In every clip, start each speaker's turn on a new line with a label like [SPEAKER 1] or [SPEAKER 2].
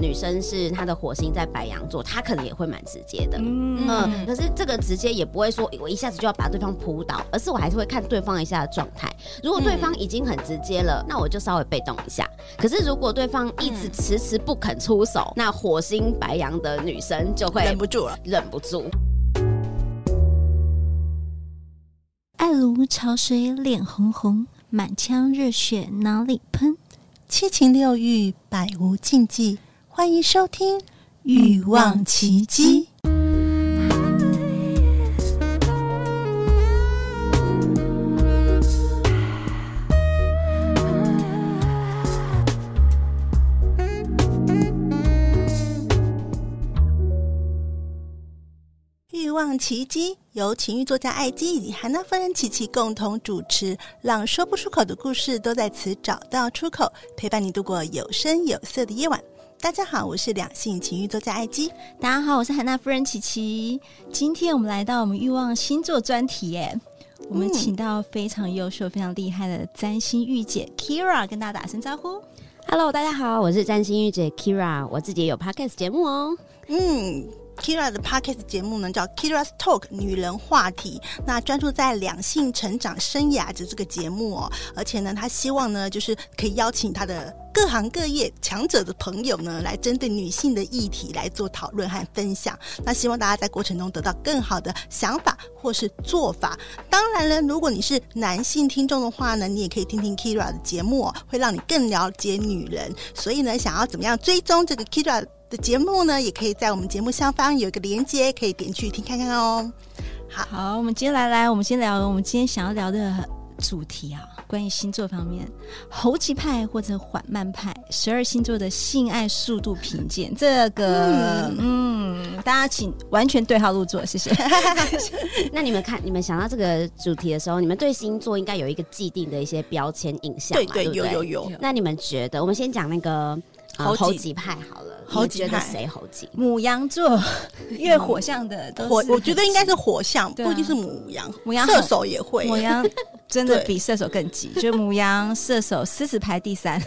[SPEAKER 1] 女生是她的火星在白羊座，她可能也会蛮直接的。
[SPEAKER 2] 嗯
[SPEAKER 1] 嗯，可是这个直接也不会说我一下子就要把对方扑倒，而是我还是会看对方一下的状态。如果对方已经很直接了，那我就稍微被动一下。可是如果对方一直迟迟不肯出手，那火星白羊的女生就会
[SPEAKER 2] 忍不住了。
[SPEAKER 1] 忍不住。
[SPEAKER 3] 爱如潮水，脸红红，满腔热血哪里喷？
[SPEAKER 4] 七情六欲，百无禁忌。欢迎收听《
[SPEAKER 3] 欲望奇迹》。
[SPEAKER 4] 欲望奇迹由情欲作家艾姬以及韩娜夫人琪琪共同主持，让说不出口的故事都在此找到出口，陪伴你度过有声有色的夜晚。大家好，我是两性情欲作家艾姬。
[SPEAKER 3] 大家好，我是海娜夫人琪琪。今天我们来到我们欲望星座专题耶，我们
[SPEAKER 4] 嗯
[SPEAKER 3] 请到非常优秀、非常厉害的占星御姐 Kira 跟大家打声招呼。
[SPEAKER 1] Hello，大家好，我是占星御姐 Kira，我自己也有 podcast 节目哦。
[SPEAKER 4] 嗯，Kira 的 podcast 节目呢叫 Kira's Talk 女人话题，那专注在两性成长生涯的这个节目哦，而且呢，她希望呢就是可以邀请她的各行各业强者的朋友呢，来针对女性的议题来做讨论和分享。那希望大家在过程中得到更好的想法或是做法。当然了，如果你是男性听众的话呢，你也可以听听 Kira 的节目哦、会让你更了解女人。所以呢，想要怎么样追踪这个 Kira 的节目呢，也可以在我们节目下方有一个连接，可以点去听看看 哦。
[SPEAKER 3] 好，我们今天来来，我们先聊我们今天想要聊的主题啊，关于星座方面，猴急派或者缓慢派，十二星座的性爱速度评鉴。这个，嗯大家请完全对号入座，谢谢。
[SPEAKER 1] 那你们看，你们想到这个主题的时候，你们对星座应该有一个既定的一些标签印象嘛，对不对
[SPEAKER 4] 有
[SPEAKER 1] 那你们觉得，我们先讲那个、
[SPEAKER 4] 猴
[SPEAKER 1] 呃、
[SPEAKER 4] 急
[SPEAKER 1] 猴急派好了，
[SPEAKER 4] 猴急
[SPEAKER 1] 你们觉得
[SPEAKER 4] 派
[SPEAKER 1] 谁猴急？
[SPEAKER 3] 母羊座越火象的都是
[SPEAKER 4] 火，我觉得应该
[SPEAKER 3] 是
[SPEAKER 4] 是火象，
[SPEAKER 3] 对啊
[SPEAKER 4] 不一定是母羊，
[SPEAKER 3] 母羊
[SPEAKER 4] 射
[SPEAKER 3] 很
[SPEAKER 4] 手也 会
[SPEAKER 3] 母。羊真的
[SPEAKER 4] 对
[SPEAKER 3] 比射手更急，就母羊、射手、狮子排第三。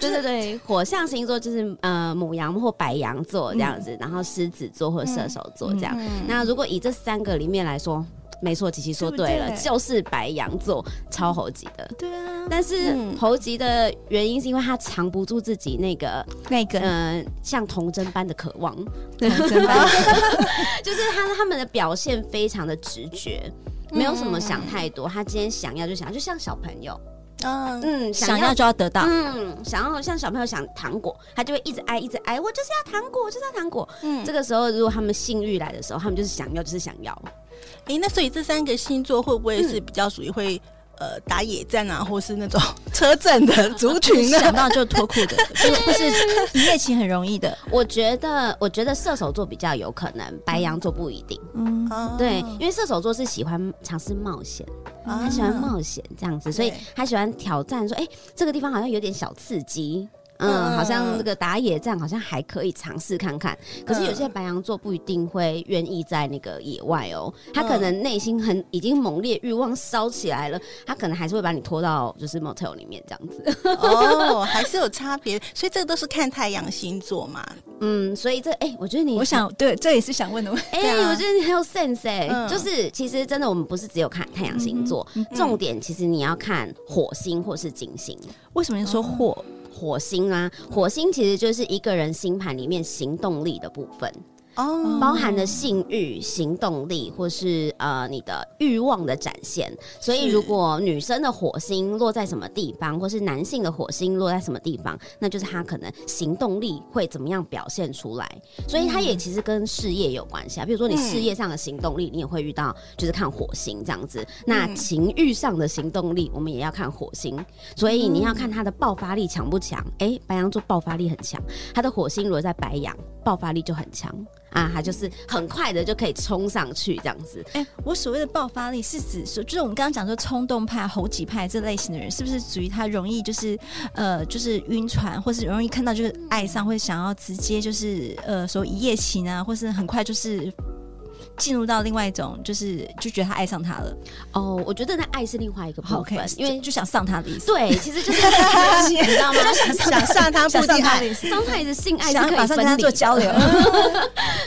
[SPEAKER 1] 对对对，火象星座就是呃母羊或白羊座这样子，然后狮子座或射手座这样。
[SPEAKER 4] 嗯
[SPEAKER 1] 那如果以这三个里面来说，没错，琪琪说
[SPEAKER 3] 对不对
[SPEAKER 1] 对了，就是白羊座超猴急的。
[SPEAKER 3] 对啊，
[SPEAKER 1] 但是
[SPEAKER 4] 嗯
[SPEAKER 1] 猴急的原因是因为他藏不住自己那个
[SPEAKER 3] 那个
[SPEAKER 1] 嗯、像童真般的渴望，
[SPEAKER 3] 对真的
[SPEAKER 1] 就是他他们的表现非常的直觉，没有什么想太多，他今天想要就想要，就像小朋友，
[SPEAKER 4] 嗯，
[SPEAKER 1] 嗯，
[SPEAKER 3] 想要就要得到，
[SPEAKER 1] 嗯，想要像小朋友想糖果，他就会一直挨一直挨，我就是要糖果，我就是要糖果。
[SPEAKER 4] 嗯
[SPEAKER 1] 这个时候，如果他们性欲来的时候，他们就是想要，就是想要。
[SPEAKER 4] 诶，那所以这三个星座会不会是比较属于会呃打野战啊，或是那种 车震的族群 呢？
[SPEAKER 3] 想到就脱裤的，不是不是一夜情很容易的。
[SPEAKER 1] 我觉得，我觉得射手座比较有可能，白羊座不一定。
[SPEAKER 3] 嗯，
[SPEAKER 4] 啊
[SPEAKER 1] 对，因为射手座是喜欢尝试冒险，
[SPEAKER 4] 啊
[SPEAKER 1] 他喜欢 冒险这样子，所以他喜欢挑战，说，哎、这个地方好像有点小刺激。嗯，
[SPEAKER 4] 嗯
[SPEAKER 1] 好像那个打野战好像还可以尝试看看，可是有些白羊座不一定会愿意在那个野外哦，他可能内心很已经猛烈欲望烧起来了，他可能还是会把你拖到就是 motel 里面这样子。
[SPEAKER 4] 哦，还是有差别，所以这个都是看太阳星座嘛。
[SPEAKER 1] 嗯，所以这哎、我觉得你
[SPEAKER 3] 我想对，这也是想问的问题。
[SPEAKER 1] 哎、
[SPEAKER 4] 对啊
[SPEAKER 1] 我觉得你很有 sense 哎、
[SPEAKER 4] 嗯
[SPEAKER 1] 就是其实真的，我们不是只有看太阳星座，重点其实你要看火星或是金星。
[SPEAKER 3] 为什么你说火？
[SPEAKER 1] 火星啊，火星其实就是一个人星盘里面行动力的部分，
[SPEAKER 4] 哦，
[SPEAKER 1] 包含了性欲、行动力或是呃你的欲望的展现。所以
[SPEAKER 4] 是
[SPEAKER 1] 如果女生的火星落在什么地方，或是男性的火星落在什么地方，那就是他可能行动力会怎么样表现出来。所以它也其实跟事业有关系啊，比如说你
[SPEAKER 4] 嗯
[SPEAKER 1] 事业上的行动力，你也会遇到就是看火星这样子。那
[SPEAKER 3] 嗯
[SPEAKER 1] 情欲上的行动力，我们也要看火星，所以你要
[SPEAKER 3] 嗯
[SPEAKER 1] 看他的爆发力强不强。诶，白羊座爆发力很强，他的火星如果在白羊，爆发力就很强啊，他就是很快的就可以冲上去这样子。
[SPEAKER 3] 哎、我所谓的爆发力是指说，就是我们刚刚讲说冲动派、猴急派这类型的人，是不是属于他容易就是呃，就是晕船，或是容易看到就是爱上，或者想要直接就是呃，说一夜情啊，或是很快就是进入到另外一种，就是就觉得他爱上他了，
[SPEAKER 1] 哦，我觉得那爱是另外一个部
[SPEAKER 3] 好
[SPEAKER 1] 分
[SPEAKER 3] OK，
[SPEAKER 1] 因为
[SPEAKER 3] 就想上他的意思，
[SPEAKER 1] 对，其实就是你知道吗？
[SPEAKER 4] 想上他不
[SPEAKER 3] 想
[SPEAKER 4] 一定
[SPEAKER 3] 上他
[SPEAKER 4] 爱
[SPEAKER 3] 的。意思，
[SPEAKER 1] sometimes 性爱是
[SPEAKER 3] 想
[SPEAKER 1] 可
[SPEAKER 3] 马
[SPEAKER 1] 以
[SPEAKER 3] 上跟他
[SPEAKER 1] 分离
[SPEAKER 3] 做
[SPEAKER 1] 的，
[SPEAKER 3] 交 流，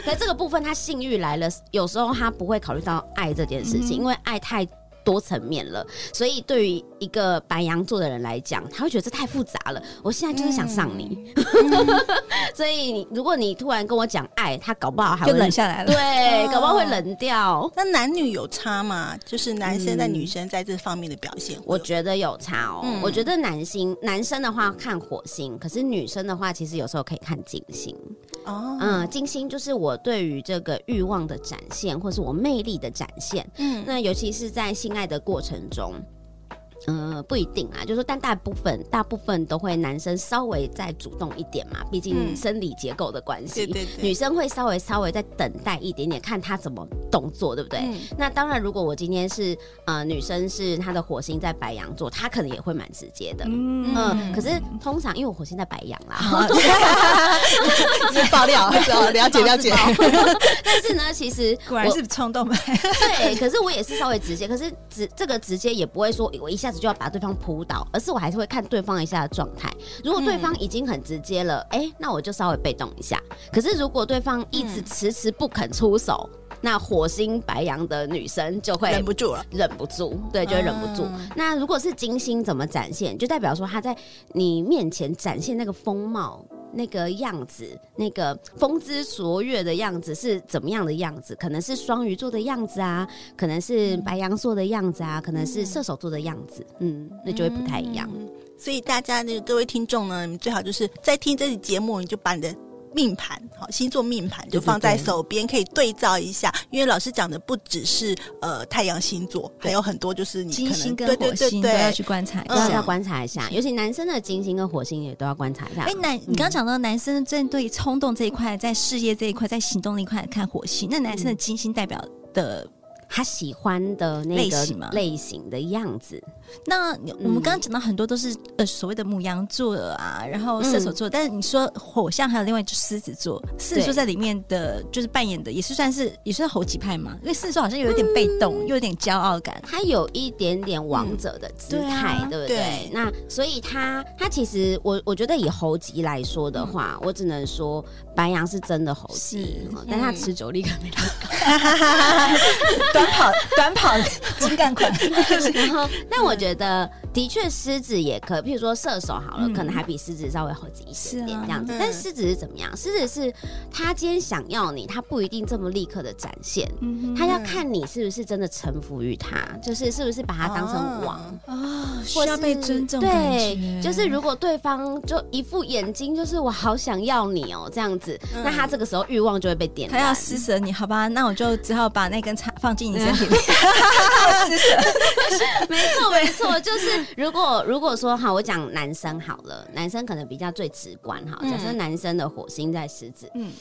[SPEAKER 1] 可这个部分他性欲来了，有时候他不会考虑到爱这件事情，
[SPEAKER 3] 嗯
[SPEAKER 1] 因为爱太。多层面了，所以对于一个白羊座的人来讲，他会觉得这太复杂了。我现在就是想上你，
[SPEAKER 3] 嗯
[SPEAKER 1] 所以你如果你突然跟我讲爱，他搞不好还
[SPEAKER 3] 就
[SPEAKER 1] 会
[SPEAKER 3] 冷下来了。
[SPEAKER 1] 对，
[SPEAKER 4] 嗯
[SPEAKER 1] 搞不好会冷掉。
[SPEAKER 4] 那男女有差吗？就是男生在女生在这方面的表现会有，
[SPEAKER 1] 嗯我觉得有差哦，
[SPEAKER 4] 嗯
[SPEAKER 1] 我觉得男星男生的话看火星，可是女生的话其实有时候可以看金星。
[SPEAKER 4] 哦，
[SPEAKER 1] 嗯，金星就是我对于这个欲望的展现，或是我魅力的展现。
[SPEAKER 4] 嗯
[SPEAKER 1] 那尤其是在性爱的过程中。呃，不一定啊，就是说，但大部分大部分都会男生稍微再主动一点嘛，毕竟
[SPEAKER 4] 嗯
[SPEAKER 1] 生理结构的关系，
[SPEAKER 4] 对对对
[SPEAKER 1] 女生会稍微稍微再等待一点点，看她怎么动作，对不对？
[SPEAKER 4] 嗯
[SPEAKER 1] 那当然，如果我今天是呃女生是她的火星在白羊座，她可能也会蛮直接的，嗯
[SPEAKER 3] 嗯
[SPEAKER 1] 可是通常因为我火星在白羊啦，
[SPEAKER 4] 爆 料，了解了解，
[SPEAKER 1] 但是呢，其实
[SPEAKER 3] 果然
[SPEAKER 1] 我
[SPEAKER 3] 是冲动派，
[SPEAKER 1] 对， 可是我也是稍微直接，可是直这个直接也不会说我一下子就要把对方扑倒，而是我还是会看对方一下的状态。如果对方已经很直接了，哎、那我就稍微被动一下。可是如果对方一直
[SPEAKER 4] 嗯
[SPEAKER 1] 迟迟不肯出手，那火星白羊的女生就会
[SPEAKER 4] 忍不住了。
[SPEAKER 1] 忍不住，对，就会忍不住。
[SPEAKER 4] 嗯
[SPEAKER 1] 那如果是金星怎么展现，就代表说他在你面前展现那个风貌、那个样子、那个风姿卓越的样子是怎么样的样子？可能是双鱼座的样子啊，可能是白羊座的样子啊，可能是射手座的样子，嗯，那就会不太一样。
[SPEAKER 3] 嗯
[SPEAKER 4] 嗯所以大家的各位听众呢，你们最好就是在听这期节目，你就把你的命盘，好星座命盘就放在手边，可以对照一下。因为老师讲的不只是呃太阳星座，还有很多就是 你
[SPEAKER 3] 金
[SPEAKER 4] 可
[SPEAKER 3] 星
[SPEAKER 4] 能
[SPEAKER 3] 跟
[SPEAKER 4] 对
[SPEAKER 3] 火
[SPEAKER 4] 对
[SPEAKER 3] 星
[SPEAKER 4] 对
[SPEAKER 3] 都要
[SPEAKER 4] 对，
[SPEAKER 3] 去观察一
[SPEAKER 1] 都要
[SPEAKER 4] 嗯
[SPEAKER 3] 下。
[SPEAKER 1] 要观察一下，尤其男生的金星跟火星也都要观察一下。
[SPEAKER 3] 哎、男，你刚刚讲到男生针对冲动这一块，在事业这一块，在行动那一块看火星，那男生的金星代表的，
[SPEAKER 1] 他喜欢的那
[SPEAKER 3] 类
[SPEAKER 1] 个
[SPEAKER 3] 型吗
[SPEAKER 1] 类型的样子，
[SPEAKER 3] 那你我们刚刚讲到很多都是呃所谓的母羊座啊，然后射手座，但是你说火象还有另外就是狮子座，狮子座在里面的就是扮演的也是算是也算猴急派嘛，因为狮子座好像有一点被动，又有点骄傲感，
[SPEAKER 1] 他有一点点王者的姿态，
[SPEAKER 3] 嗯
[SPEAKER 1] 对不对？
[SPEAKER 4] 对
[SPEAKER 1] 那所以他他其实我我觉得以猴急来说的话，我只能说白羊是真的猴急，
[SPEAKER 3] 嗯是嗯
[SPEAKER 1] 哦但他持久力可能没他
[SPEAKER 3] 短跑短跑 情感款，
[SPEAKER 1] 高。 然后，但我觉得的确狮子也可，譬如说射手好了，
[SPEAKER 3] 嗯
[SPEAKER 1] 可能还比狮子稍微猴急一点
[SPEAKER 3] 是
[SPEAKER 1] 点
[SPEAKER 3] 啊
[SPEAKER 1] 这样子。
[SPEAKER 4] 嗯
[SPEAKER 1] 但狮子是怎么样？狮子是他今天想要你，他不一定这么立刻的展现。
[SPEAKER 3] 嗯
[SPEAKER 1] 他要看你是不是真的臣服于他，就是是不是把他当成王，
[SPEAKER 4] 啊
[SPEAKER 3] 哦，需
[SPEAKER 1] 或
[SPEAKER 3] 要
[SPEAKER 1] 是
[SPEAKER 3] 被尊重，哎
[SPEAKER 1] 对，就是如果对方就一副眼睛就是我好想要你哦这样子，
[SPEAKER 4] 嗯
[SPEAKER 1] 那他这个时候欲望就会被点
[SPEAKER 3] 他
[SPEAKER 1] 燃。
[SPEAKER 3] 要施舍你，好吧？那我就只好把那根插放进你身体里。施舍，
[SPEAKER 1] 没错没错，就是如果如果说好，我讲男生好了，男生可能比较最直观哈。
[SPEAKER 4] 嗯
[SPEAKER 1] 假设男生的火星在狮子，
[SPEAKER 3] 嗯，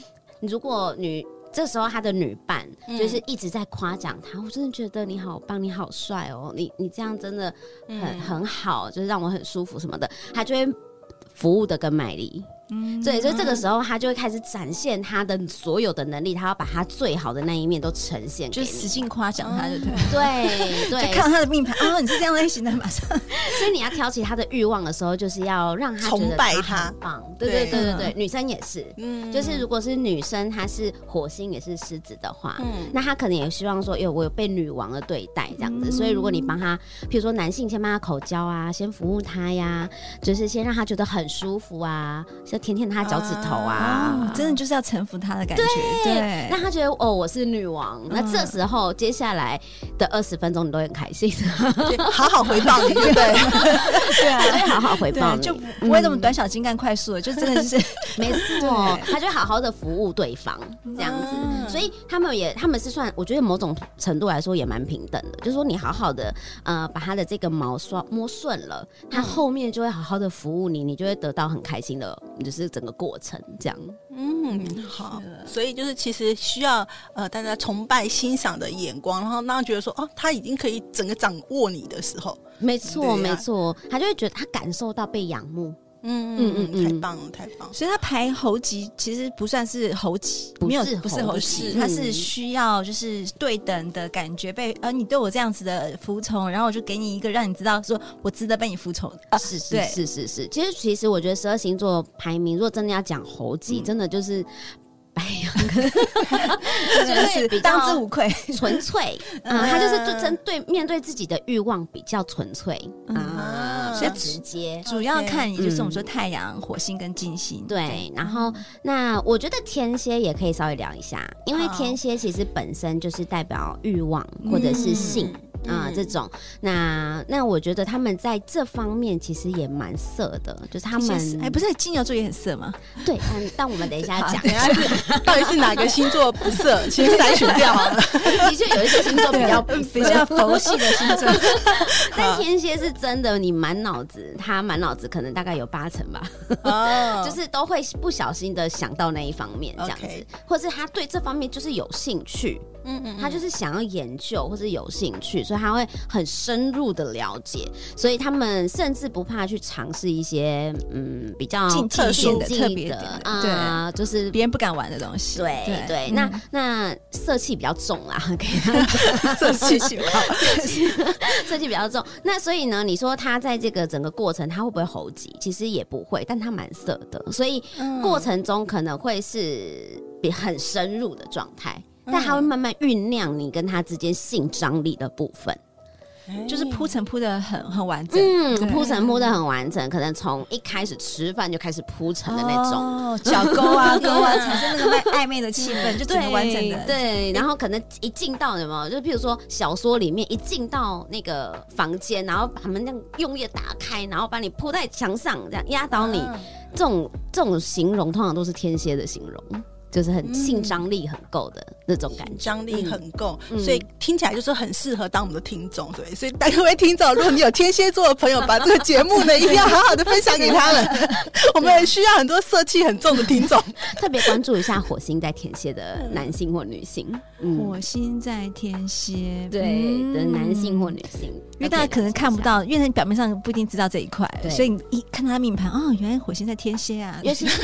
[SPEAKER 1] 如果女这时候他的女伴
[SPEAKER 4] 嗯
[SPEAKER 1] 就是一直在夸奖他，我真的觉得你好棒，你好帅哦，你你这样真的很、
[SPEAKER 4] 嗯
[SPEAKER 1] 很好，就是让我很舒服什么的，他就会服务的更卖力。
[SPEAKER 3] 嗯
[SPEAKER 1] 对，所以这个时候他就会开始展现他的所有的能力，他要把他最好的那一面都呈现给
[SPEAKER 3] 就
[SPEAKER 1] 你。
[SPEAKER 3] 使劲夸奖他，对不对？
[SPEAKER 1] 对对，
[SPEAKER 3] 就看到他的命盘，哦，你是这样类型 的，马上
[SPEAKER 1] 所以你要挑起他的欲望的时候，就是要让他觉得
[SPEAKER 4] 崇拜
[SPEAKER 1] 他
[SPEAKER 4] 他
[SPEAKER 1] 很棒。对对对
[SPEAKER 3] 对
[SPEAKER 1] 对对，女生也是，
[SPEAKER 4] 嗯
[SPEAKER 1] 就是如果是女生，她是火星也是狮子的话，
[SPEAKER 4] 嗯
[SPEAKER 1] 那她可能也希望说，有我有被女王的对待这样子。所以如果你帮她，譬如说男性先帮她口交啊，先服务她呀，就是先让她觉得很舒服啊，就舔舔她脚趾头啊
[SPEAKER 3] 哦，，真的就是要臣服他的感觉，
[SPEAKER 1] 对，让
[SPEAKER 3] 对。
[SPEAKER 1] 他觉得哦，我是女王。那这时候接下来的二十分钟，你都很开心，
[SPEAKER 4] 对好好回报你，对不对？
[SPEAKER 3] 对啊，
[SPEAKER 1] 会好好回报
[SPEAKER 3] 对，
[SPEAKER 1] 你嗯
[SPEAKER 3] 就。不不会那么短小精干、快速的，就真 的就是
[SPEAKER 1] 没错，他就好好的服务对方这样子。
[SPEAKER 4] 嗯
[SPEAKER 1] 所以他们也，他们是算，我觉得某种程度来说也蛮平等的，就是说你好好的，呃，把他的这个毛刷摸顺了，他后面就会好好的服务你，你就会得到很开心的，就是整个过程这样。
[SPEAKER 4] 嗯，好，所以就是其实需要呃大家崇拜欣赏的眼光，然后让他觉得说哦，他已经可以整个掌握你的时候，
[SPEAKER 1] 没
[SPEAKER 4] 对
[SPEAKER 1] 错，
[SPEAKER 4] 啊
[SPEAKER 1] 没错，他就会觉得他感受到被仰慕，
[SPEAKER 4] 嗯嗯
[SPEAKER 1] 嗯嗯
[SPEAKER 4] 嗯，太棒了，太棒了。
[SPEAKER 3] 所以他排猴急其实不算是猴急，
[SPEAKER 1] 不
[SPEAKER 3] 没有
[SPEAKER 1] 是
[SPEAKER 3] 不是
[SPEAKER 1] 猴
[SPEAKER 3] 猴
[SPEAKER 1] 急
[SPEAKER 3] 急，他是
[SPEAKER 1] 嗯
[SPEAKER 3] 需要就是对等的感觉被，呃，你对我这样子的服从，然后我就给你一个让你知道说我值得被你服从。 啊
[SPEAKER 1] 是是
[SPEAKER 3] 对
[SPEAKER 1] 是是是，其实其实我觉得十二星座排名，如果真的要讲猴记，
[SPEAKER 3] 嗯
[SPEAKER 1] 真的就是哎白 羊
[SPEAKER 3] 真的
[SPEAKER 1] 对比较
[SPEAKER 3] 是当之无愧。
[SPEAKER 1] 纯 粹，嗯，他就是对针对面对自己的欲望比较纯粹
[SPEAKER 3] 嗯
[SPEAKER 1] 啊，
[SPEAKER 4] 啊
[SPEAKER 1] 比较直接。
[SPEAKER 3] 主要
[SPEAKER 4] OK
[SPEAKER 3] 看也就是我们说
[SPEAKER 1] 嗯
[SPEAKER 3] 太阳、火星跟金星。
[SPEAKER 1] 对，
[SPEAKER 3] 嗯
[SPEAKER 1] 然后那我觉得天蝎也可以稍微聊一下，因为
[SPEAKER 4] 好
[SPEAKER 1] 天蝎其实本身就是代表欲望
[SPEAKER 3] 嗯
[SPEAKER 1] 或者是性啊、这种。那那我觉得他们在这方面其实也蛮色的，就是他
[SPEAKER 3] 他
[SPEAKER 1] 们嗯
[SPEAKER 3] 们哎，不是金牛座也很色吗？
[SPEAKER 1] 对，但但我们等一下讲
[SPEAKER 4] 等，一下是到底是哪个星座不色，先筛选掉好了。
[SPEAKER 1] 的确有一些星座啊比较
[SPEAKER 3] 比较佛系的星座，
[SPEAKER 1] 但天蝎是真的，你满脑子，他满脑子可能大概有八成吧，
[SPEAKER 4] 哦
[SPEAKER 1] 就是都会不小心的想到那一方面这样子
[SPEAKER 4] OK
[SPEAKER 1] 或是他对这方面就是有兴趣，
[SPEAKER 4] 嗯嗯
[SPEAKER 1] 他就是想要研究或是有兴趣，所以他会很深入的了解，所以他们甚至不怕去尝试一些嗯比较
[SPEAKER 3] 禁忌一点
[SPEAKER 1] 禁
[SPEAKER 3] 的
[SPEAKER 1] 忌
[SPEAKER 3] 特别一点的
[SPEAKER 1] 啊，就是。
[SPEAKER 3] 别人不敢玩的东西。嗯
[SPEAKER 1] 对对，那那色气比较重啦， 给他
[SPEAKER 4] 色气性好。
[SPEAKER 1] 设计比较重。那所以呢，你说他在这个整个过程，他会不会猴急？其实也不会，但他蛮色的，所以过程中可能会是比很深入的状态。但他会慢慢酝酿你跟他之间性张力的部分，
[SPEAKER 4] 哎
[SPEAKER 3] 就是铺陈铺的很很完整，
[SPEAKER 1] 嗯，
[SPEAKER 3] 对
[SPEAKER 1] 铺陈铺的很完整，可能从一开始吃饭就开始铺陈的那种，
[SPEAKER 3] 哦，脚勾啊勾啊，产生那个暧暧昧的气氛，就整个完整的。
[SPEAKER 1] 对，然后可能一进到什么，就譬如说小说里面一进到那个房间，然后把门这样用力地打开，然后把你铺在墙上，这样压倒你，
[SPEAKER 3] 啊
[SPEAKER 4] 啊
[SPEAKER 1] 这种这种形容通常都是天蝎的形容，就是
[SPEAKER 3] 嗯
[SPEAKER 1] 很性张力很够的那种感觉。
[SPEAKER 4] 张力很够，
[SPEAKER 1] 嗯
[SPEAKER 4] 所以听起来就是很适合当我们的听众，对。所以大各位听众，如果你有天蝎座的朋友，把这个节目呢，一定要好好的分享给他们。我们也需要很多色气很重的听众。
[SPEAKER 1] 特别关注一下火星在天蝎的男性或女性，嗯，
[SPEAKER 3] 火星在天蝎，
[SPEAKER 1] 对
[SPEAKER 3] 嗯
[SPEAKER 1] 的男性或女性，
[SPEAKER 3] 因为大家可能看不。到，因为你表面上不一定知道这一块，啊
[SPEAKER 1] 对
[SPEAKER 3] 所以你一看到他命盘，哦，原来火星在天蝎啊，
[SPEAKER 1] 尤其 是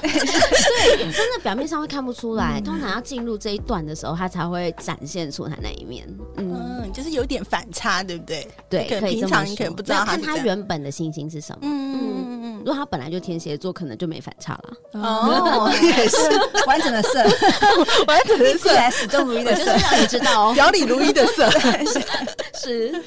[SPEAKER 1] 对，真的表面上会看不出来，
[SPEAKER 4] 嗯
[SPEAKER 1] 通常要进入这一段的时候，他才会展现出他那一面。嗯，
[SPEAKER 4] 嗯，就是有点反差，对不对？
[SPEAKER 1] 对，
[SPEAKER 4] 可能
[SPEAKER 1] 可以这么
[SPEAKER 4] 平常你
[SPEAKER 1] 说
[SPEAKER 4] 可能不知道
[SPEAKER 1] 要
[SPEAKER 4] 他
[SPEAKER 1] 看
[SPEAKER 4] 是
[SPEAKER 1] 他
[SPEAKER 4] 这样
[SPEAKER 1] 原本的星星是什么。
[SPEAKER 4] 嗯嗯
[SPEAKER 1] 如果他本来就天蝎座，可能就没反差了。
[SPEAKER 4] 嗯。哦， 也是
[SPEAKER 3] 完整的色，
[SPEAKER 4] 完整的
[SPEAKER 3] 自，
[SPEAKER 4] 色
[SPEAKER 3] 然始终如一
[SPEAKER 1] 我
[SPEAKER 3] 的
[SPEAKER 1] 就是
[SPEAKER 3] 色。
[SPEAKER 1] 让你知道哦，
[SPEAKER 4] 表里如一的色。
[SPEAKER 1] 是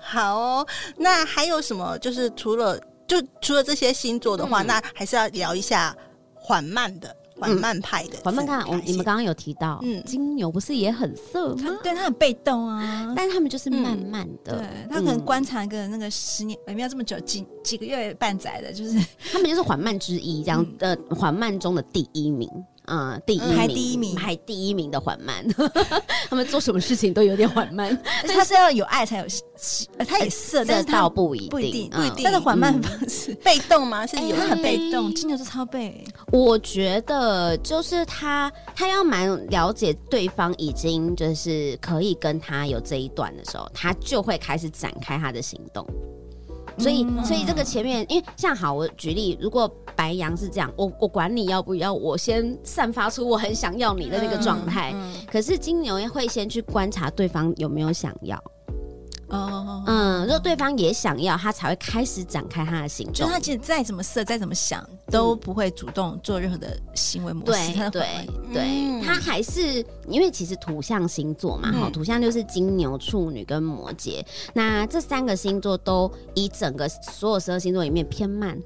[SPEAKER 4] 好哦，那还有什么？就是除了就除了这些星座的话，那还是要聊一下缓慢的、缓慢派的。
[SPEAKER 1] 我们看，我你们刚刚有提到，
[SPEAKER 4] 嗯
[SPEAKER 1] 金牛不是也很色吗？
[SPEAKER 3] 对他很被动
[SPEAKER 4] 嗯
[SPEAKER 3] 啊，
[SPEAKER 1] 但他们就是慢慢的，
[SPEAKER 3] 对他可能
[SPEAKER 1] 嗯
[SPEAKER 3] 观察个那个十年，呃没有这么久，几几个月半载的，就是
[SPEAKER 1] 他们就是缓慢之一，这样
[SPEAKER 4] 嗯
[SPEAKER 1] 呃，缓慢中的第一名。啊、第一名，
[SPEAKER 3] 排第一名
[SPEAKER 1] 排第一名的缓慢， 他们做什么事情都有点缓慢，
[SPEAKER 3] 而且他是要有爱才有喜，喜呃他也色，
[SPEAKER 1] 这
[SPEAKER 3] 但是他
[SPEAKER 1] 倒不一定，
[SPEAKER 3] 不一定，
[SPEAKER 1] 嗯
[SPEAKER 4] 不一定
[SPEAKER 3] 他的缓慢方式，
[SPEAKER 4] 被动吗？是
[SPEAKER 1] 哎
[SPEAKER 4] 有
[SPEAKER 3] 他
[SPEAKER 1] 它
[SPEAKER 3] 很被
[SPEAKER 1] 嗯
[SPEAKER 3] 动，哦金牛座超被，
[SPEAKER 1] 我觉得就是他，他要蛮了解对方，已经就是可以跟他有这一段的时候，他就会开始展开他的行动。所以，
[SPEAKER 3] 嗯
[SPEAKER 1] 所以这个前面，因为像好，我举例，如果白羊是这样，我我管你要不要，我先散发出我很想要你的那个状态。可是金牛会先去观察对方有没有想要，
[SPEAKER 3] 哦，
[SPEAKER 1] 嗯，如果对方也想要，他才会开始展开他的行
[SPEAKER 3] 就
[SPEAKER 1] 动
[SPEAKER 3] 是。他其实再怎么色，再怎么想，都不会主动做任何的行为模式。他
[SPEAKER 1] 对
[SPEAKER 3] 的
[SPEAKER 1] 对
[SPEAKER 3] 缓慢
[SPEAKER 1] 对
[SPEAKER 4] 嗯，
[SPEAKER 1] 他还是因为其实土象星座嘛，哈、
[SPEAKER 4] 嗯
[SPEAKER 1] 土象就是金牛、处女跟摩羯，那这三个星座都以整个所有十二星座里面偏慢，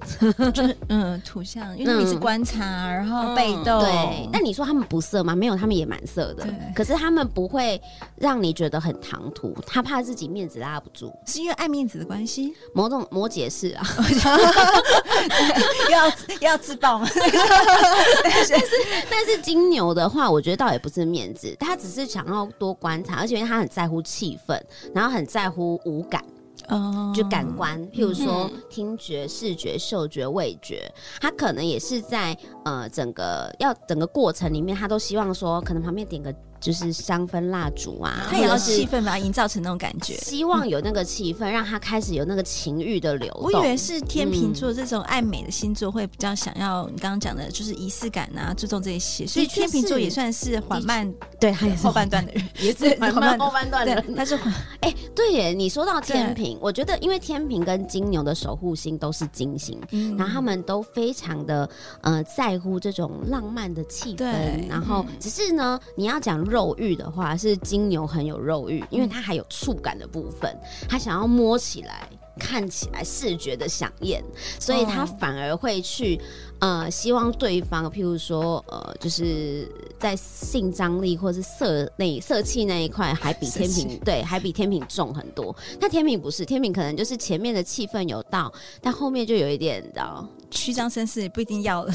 [SPEAKER 3] 就是嗯，土象，因为他们一直观察，然后被
[SPEAKER 4] 哦
[SPEAKER 3] 动，
[SPEAKER 1] 嗯对。但你说他们不色吗？没有，他们也蛮色的
[SPEAKER 3] 对，
[SPEAKER 1] 可是他们不会让你觉得很唐突，他怕自己面子拉不住。
[SPEAKER 3] 是因为爱面子的关系，
[SPEAKER 1] 某种摩羯是啊，
[SPEAKER 3] 又要又要自爆嘛，
[SPEAKER 1] 但是金牛的话，我觉得倒也不是面子，他只是想要多观察，而且因为他很在乎气氛，然后很在乎五感。
[SPEAKER 3] 哦
[SPEAKER 1] 就感官，譬如说
[SPEAKER 3] 嗯
[SPEAKER 1] 听觉、视觉、嗅觉、味觉，他可能也是在呃整个要整个过程里面，他都希望说，可能旁边点个就是香氛蜡烛啊，
[SPEAKER 3] 他也要
[SPEAKER 1] 或者是
[SPEAKER 3] 气氛把它营造成那种感觉。
[SPEAKER 1] 希望有那个气氛，让他开始有那个情欲的流
[SPEAKER 3] 我以
[SPEAKER 1] 动。
[SPEAKER 3] 为是天秤座这种爱美的星座会比较想要你刚刚讲的，就是仪式感啊，注重这些，所以
[SPEAKER 1] 的确
[SPEAKER 3] 天秤座
[SPEAKER 1] 是
[SPEAKER 3] 也算是缓慢
[SPEAKER 1] 对，他也是
[SPEAKER 3] 后半段的人，
[SPEAKER 1] 也是
[SPEAKER 3] 慢
[SPEAKER 1] 慢慢
[SPEAKER 3] 慢
[SPEAKER 1] 后半段的人
[SPEAKER 3] 对， 他是缓
[SPEAKER 1] 哎、对耶！你说到天平，我觉得因为天平跟金牛的守护星都是金星，
[SPEAKER 3] 嗯
[SPEAKER 1] 然后他们都非常的呃在乎这种浪漫的气
[SPEAKER 3] 对嗯
[SPEAKER 1] 氛，然后只是呢，你要讲肉欲的话，是金牛很有肉欲，
[SPEAKER 3] 嗯
[SPEAKER 1] 因为它还有触感的部分，他想要摸起来。看起来视觉的响艳，所以他
[SPEAKER 3] 哦
[SPEAKER 1] 反而会去，呃，希望对方，譬如说，呃，就是在性张力或是色那色气那一块，还比
[SPEAKER 3] 色
[SPEAKER 1] 天
[SPEAKER 3] 气
[SPEAKER 1] 平对，还比天平重很多。但天平不是，天平可能就是前面的气氛有到，但后面就有一点，你知 道，
[SPEAKER 3] 虚张声势，也不一定要了。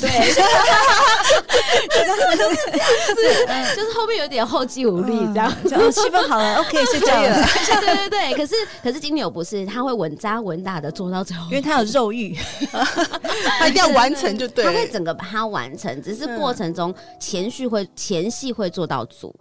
[SPEAKER 1] 就是后面有点后继无力这样。
[SPEAKER 4] 嗯
[SPEAKER 3] 就哦气氛好了，OK，睡觉了，
[SPEAKER 1] 对啊对对，可是可是金牛不是，他会稳扎稳打的做到最后
[SPEAKER 3] 因。为他有肉欲，
[SPEAKER 4] 他一定要完成就对
[SPEAKER 1] 他会
[SPEAKER 4] 了。
[SPEAKER 1] 整个把它完成，只是过程中前序会前戏会做到足，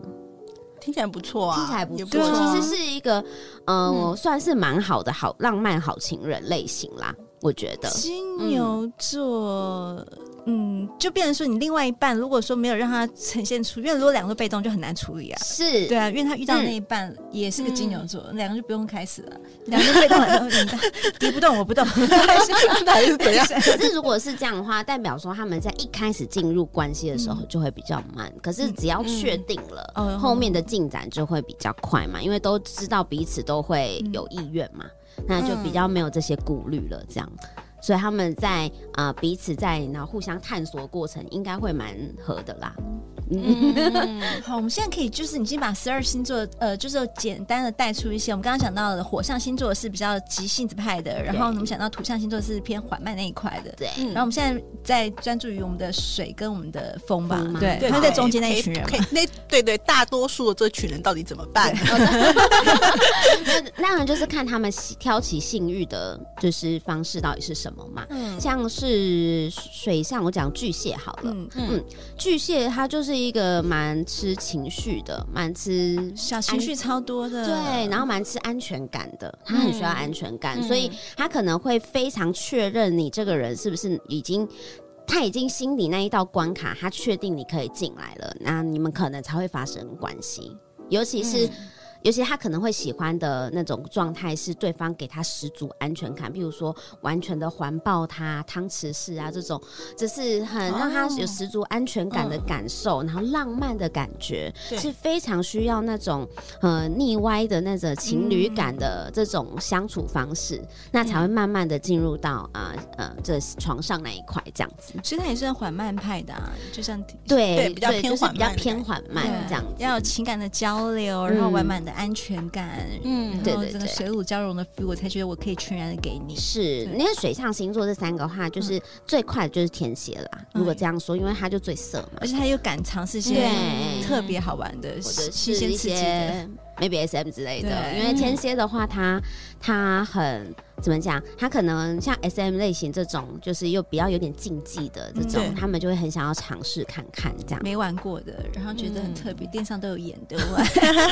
[SPEAKER 4] 听起来不错啊，
[SPEAKER 1] 听起来不
[SPEAKER 4] 也
[SPEAKER 1] 错，
[SPEAKER 3] 错啊
[SPEAKER 1] 其实是一个嗯，我算是蛮好的好浪漫好情人类型啦，我觉得。
[SPEAKER 3] 金牛座，嗯，就变成说你另外一半，如果说没有让他呈现出，因为如果两个被动就很难处理啊。
[SPEAKER 1] 是，
[SPEAKER 3] 对啊，因为他遇到
[SPEAKER 1] 嗯
[SPEAKER 3] 那一半也是个金牛座，两个就不用开始了，两个被动很多， 敌不动我不动，
[SPEAKER 4] 还是怎样？
[SPEAKER 1] 可是如果是这样的话，代表说他们在一开始进入关系的时候就会比较慢，可是只要确定了，
[SPEAKER 3] 嗯哦
[SPEAKER 1] 后面的进展就会比较快嘛，因为都知道彼此都会有意愿嘛，那就比较没有这些顾虑了，这样。所以他们在呃彼此在然后互相探索的过程，应该会蛮合的啦。 嗯
[SPEAKER 4] 嗯
[SPEAKER 3] 好，我们现在可以就是已经把十二星座，呃，就是简单的带出一些。我们刚刚讲到的火象星座是比较急性子派的，然后我们讲到土象星座是偏缓慢那一块的。
[SPEAKER 1] 对，
[SPEAKER 4] 嗯
[SPEAKER 3] 然后我们现在在专注于我们的水跟我们的风吧
[SPEAKER 1] 风，吗
[SPEAKER 3] 对，
[SPEAKER 4] 对
[SPEAKER 3] 他们在中间那一群人
[SPEAKER 4] 可以
[SPEAKER 3] 嘛，
[SPEAKER 4] 可以那对对，大多数的这群人到底怎么办？
[SPEAKER 1] 那当然就是看他们喜挑起性欲的，就是方式到底是什么嘛。
[SPEAKER 4] 嗯
[SPEAKER 1] 像是水象，我讲巨蟹好了，
[SPEAKER 3] 嗯，
[SPEAKER 1] 巨蟹它就是一个蛮吃情绪的，蛮吃
[SPEAKER 3] 小情绪超多的，
[SPEAKER 1] 对，然后蛮吃安全感的，他很需要安全感，所以他可能会非常确认你这个人是不是已经。他已经心里那一道关卡，他确定你可以进来了，那你们可能才会发生关系。尤其是，尤其他可能会喜欢的那种状态是对方给他十足安全感，譬如说完全的环抱他、汤匙式啊这种，这是
[SPEAKER 4] 哦
[SPEAKER 1] 很让他有十足安全感的感受，然后浪漫的感觉
[SPEAKER 4] 嗯对
[SPEAKER 1] 是非常需要那种呃腻歪的那种情
[SPEAKER 4] 嗯
[SPEAKER 1] 侣感的这种相处方式，那才会慢慢的进入到啊呃这床上那一块这样子。
[SPEAKER 3] 所以他也算缓慢派的，啊，就像
[SPEAKER 1] 对
[SPEAKER 4] 对比较偏
[SPEAKER 1] 就是比较
[SPEAKER 4] 缓慢的
[SPEAKER 1] 偏缓慢
[SPEAKER 3] 对
[SPEAKER 1] 这样子。
[SPEAKER 3] 要有情感的交流，然后
[SPEAKER 1] 嗯
[SPEAKER 3] 完满的安全感，
[SPEAKER 4] 嗯
[SPEAKER 1] 对
[SPEAKER 3] 然后
[SPEAKER 1] 对
[SPEAKER 3] 这个
[SPEAKER 1] 对
[SPEAKER 3] 水乳交融的 feel，我才觉得我可以全然的给你。
[SPEAKER 1] 是，
[SPEAKER 3] 对嗯
[SPEAKER 1] 那些水象星座这三个话，就是最快的就是天蝎啦。如果这样说，因为他就最色嘛
[SPEAKER 3] 而，且他又敢尝试一些
[SPEAKER 1] 对
[SPEAKER 3] 特别好玩的、
[SPEAKER 1] 或者是
[SPEAKER 3] 新鲜
[SPEAKER 1] 一
[SPEAKER 3] 刺激的。
[SPEAKER 1] 些 maybe SM 之类的。
[SPEAKER 3] 对
[SPEAKER 1] 因为天蝎的话，他他很怎么讲？他可能像 SM 类型这种，就是又比较有点禁忌的这
[SPEAKER 4] 嗯对
[SPEAKER 1] 种，他们就会很想要尝试看看这样。
[SPEAKER 3] 没玩过的，然后觉得很
[SPEAKER 1] 嗯
[SPEAKER 3] 特别，电上都有演的，我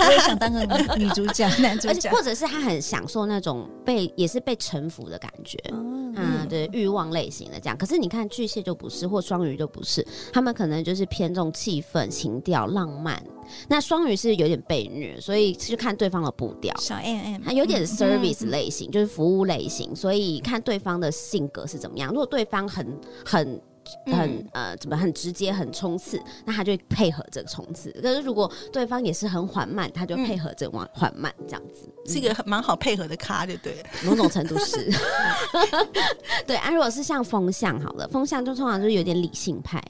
[SPEAKER 3] 我也想当个 女女主角、男主
[SPEAKER 1] 而且
[SPEAKER 3] 角。
[SPEAKER 1] 或者是他很享受那种被也是被臣服的感觉。
[SPEAKER 3] 嗯，
[SPEAKER 1] 嗯，对，欲望类型的这样。可是你看巨蟹就不是，或双鱼就不是，他们可能就是偏重气氛、情调、浪漫。那双鱼是有点被虐，所以就看对方的步调。
[SPEAKER 3] 小 M 嗯
[SPEAKER 1] 它
[SPEAKER 3] M，
[SPEAKER 1] 有点 service 类型，就是服务类型，所以看对方的性格是怎么样。如果对方很很很、呃怎么很直接、很冲刺，那他就会配合着冲刺。可是如果对方也是很缓慢，他就配合着往缓慢这样子。
[SPEAKER 4] 是一个很蛮好配合的咖，对不对？
[SPEAKER 1] 某种程度是，对啊。如果是像风象好了，风象就通常就是有点理性派，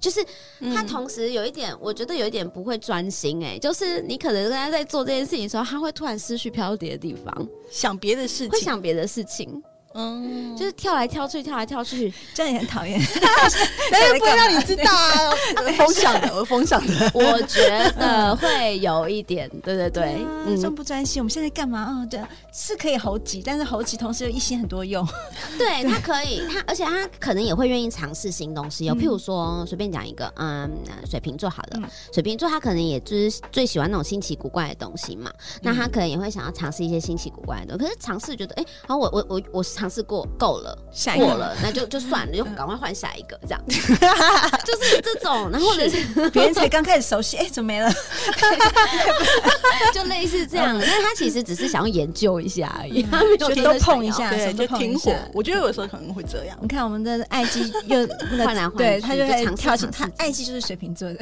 [SPEAKER 1] 就是
[SPEAKER 4] 嗯
[SPEAKER 1] 他同时有一点，我觉得有一点不会专心、哎，就是你可能跟他在做这件事情的时候，他会突然失去飘跌的地方，
[SPEAKER 4] 想别的事
[SPEAKER 1] 会
[SPEAKER 4] 情，
[SPEAKER 1] 想别的事情，
[SPEAKER 4] 嗯，
[SPEAKER 1] 就是跳来跳去，跳来跳去，
[SPEAKER 3] 这样也很讨厌。
[SPEAKER 4] 哎，不会让你知道啊，风向的，我风向的。
[SPEAKER 1] 我觉得会有一点，对对对，
[SPEAKER 3] 嗯，专
[SPEAKER 1] 嗯，
[SPEAKER 3] 不专心？我们现在干嘛？哦，对，是可以猴急，但是猴急同时又一心很多用。
[SPEAKER 1] 对他可以，他而且他可能也会愿意尝试新东西哦。
[SPEAKER 3] 嗯
[SPEAKER 1] 譬如说，随便讲一个，嗯，水瓶座好了
[SPEAKER 3] 嗯，
[SPEAKER 1] 水瓶座他可能也就是最喜欢那种新奇古怪的东西嘛，
[SPEAKER 3] 嗯
[SPEAKER 1] 那他可能也会想要尝试一些新奇古怪的东西。可是尝试觉得，哎，好，我我我我尝试过够了，
[SPEAKER 3] 下一
[SPEAKER 1] 过
[SPEAKER 3] 个，
[SPEAKER 1] 了，那就就算
[SPEAKER 3] 嗯
[SPEAKER 1] 了，就赶快换下一个，这样，就是这种，然后或者是
[SPEAKER 3] 别人才刚开始熟悉，哎，怎么没了？
[SPEAKER 1] 哎就类似这样，但是他其实只是想要研究一下而已，他没有
[SPEAKER 3] 嗯就
[SPEAKER 1] 真
[SPEAKER 3] 都
[SPEAKER 1] 的想
[SPEAKER 3] 碰一
[SPEAKER 1] 要
[SPEAKER 3] 下
[SPEAKER 4] 对，就停
[SPEAKER 3] 手
[SPEAKER 4] 火
[SPEAKER 3] 动一下。
[SPEAKER 4] 我觉得有时候可能会这样，
[SPEAKER 3] 你看我们的爱姬又那
[SPEAKER 1] 换来
[SPEAKER 3] 个，
[SPEAKER 1] 换去
[SPEAKER 3] 对他就
[SPEAKER 1] 就
[SPEAKER 3] 在
[SPEAKER 1] 尝试
[SPEAKER 3] 跳起，
[SPEAKER 1] 尝试
[SPEAKER 3] 他爱姬就是水瓶座 的，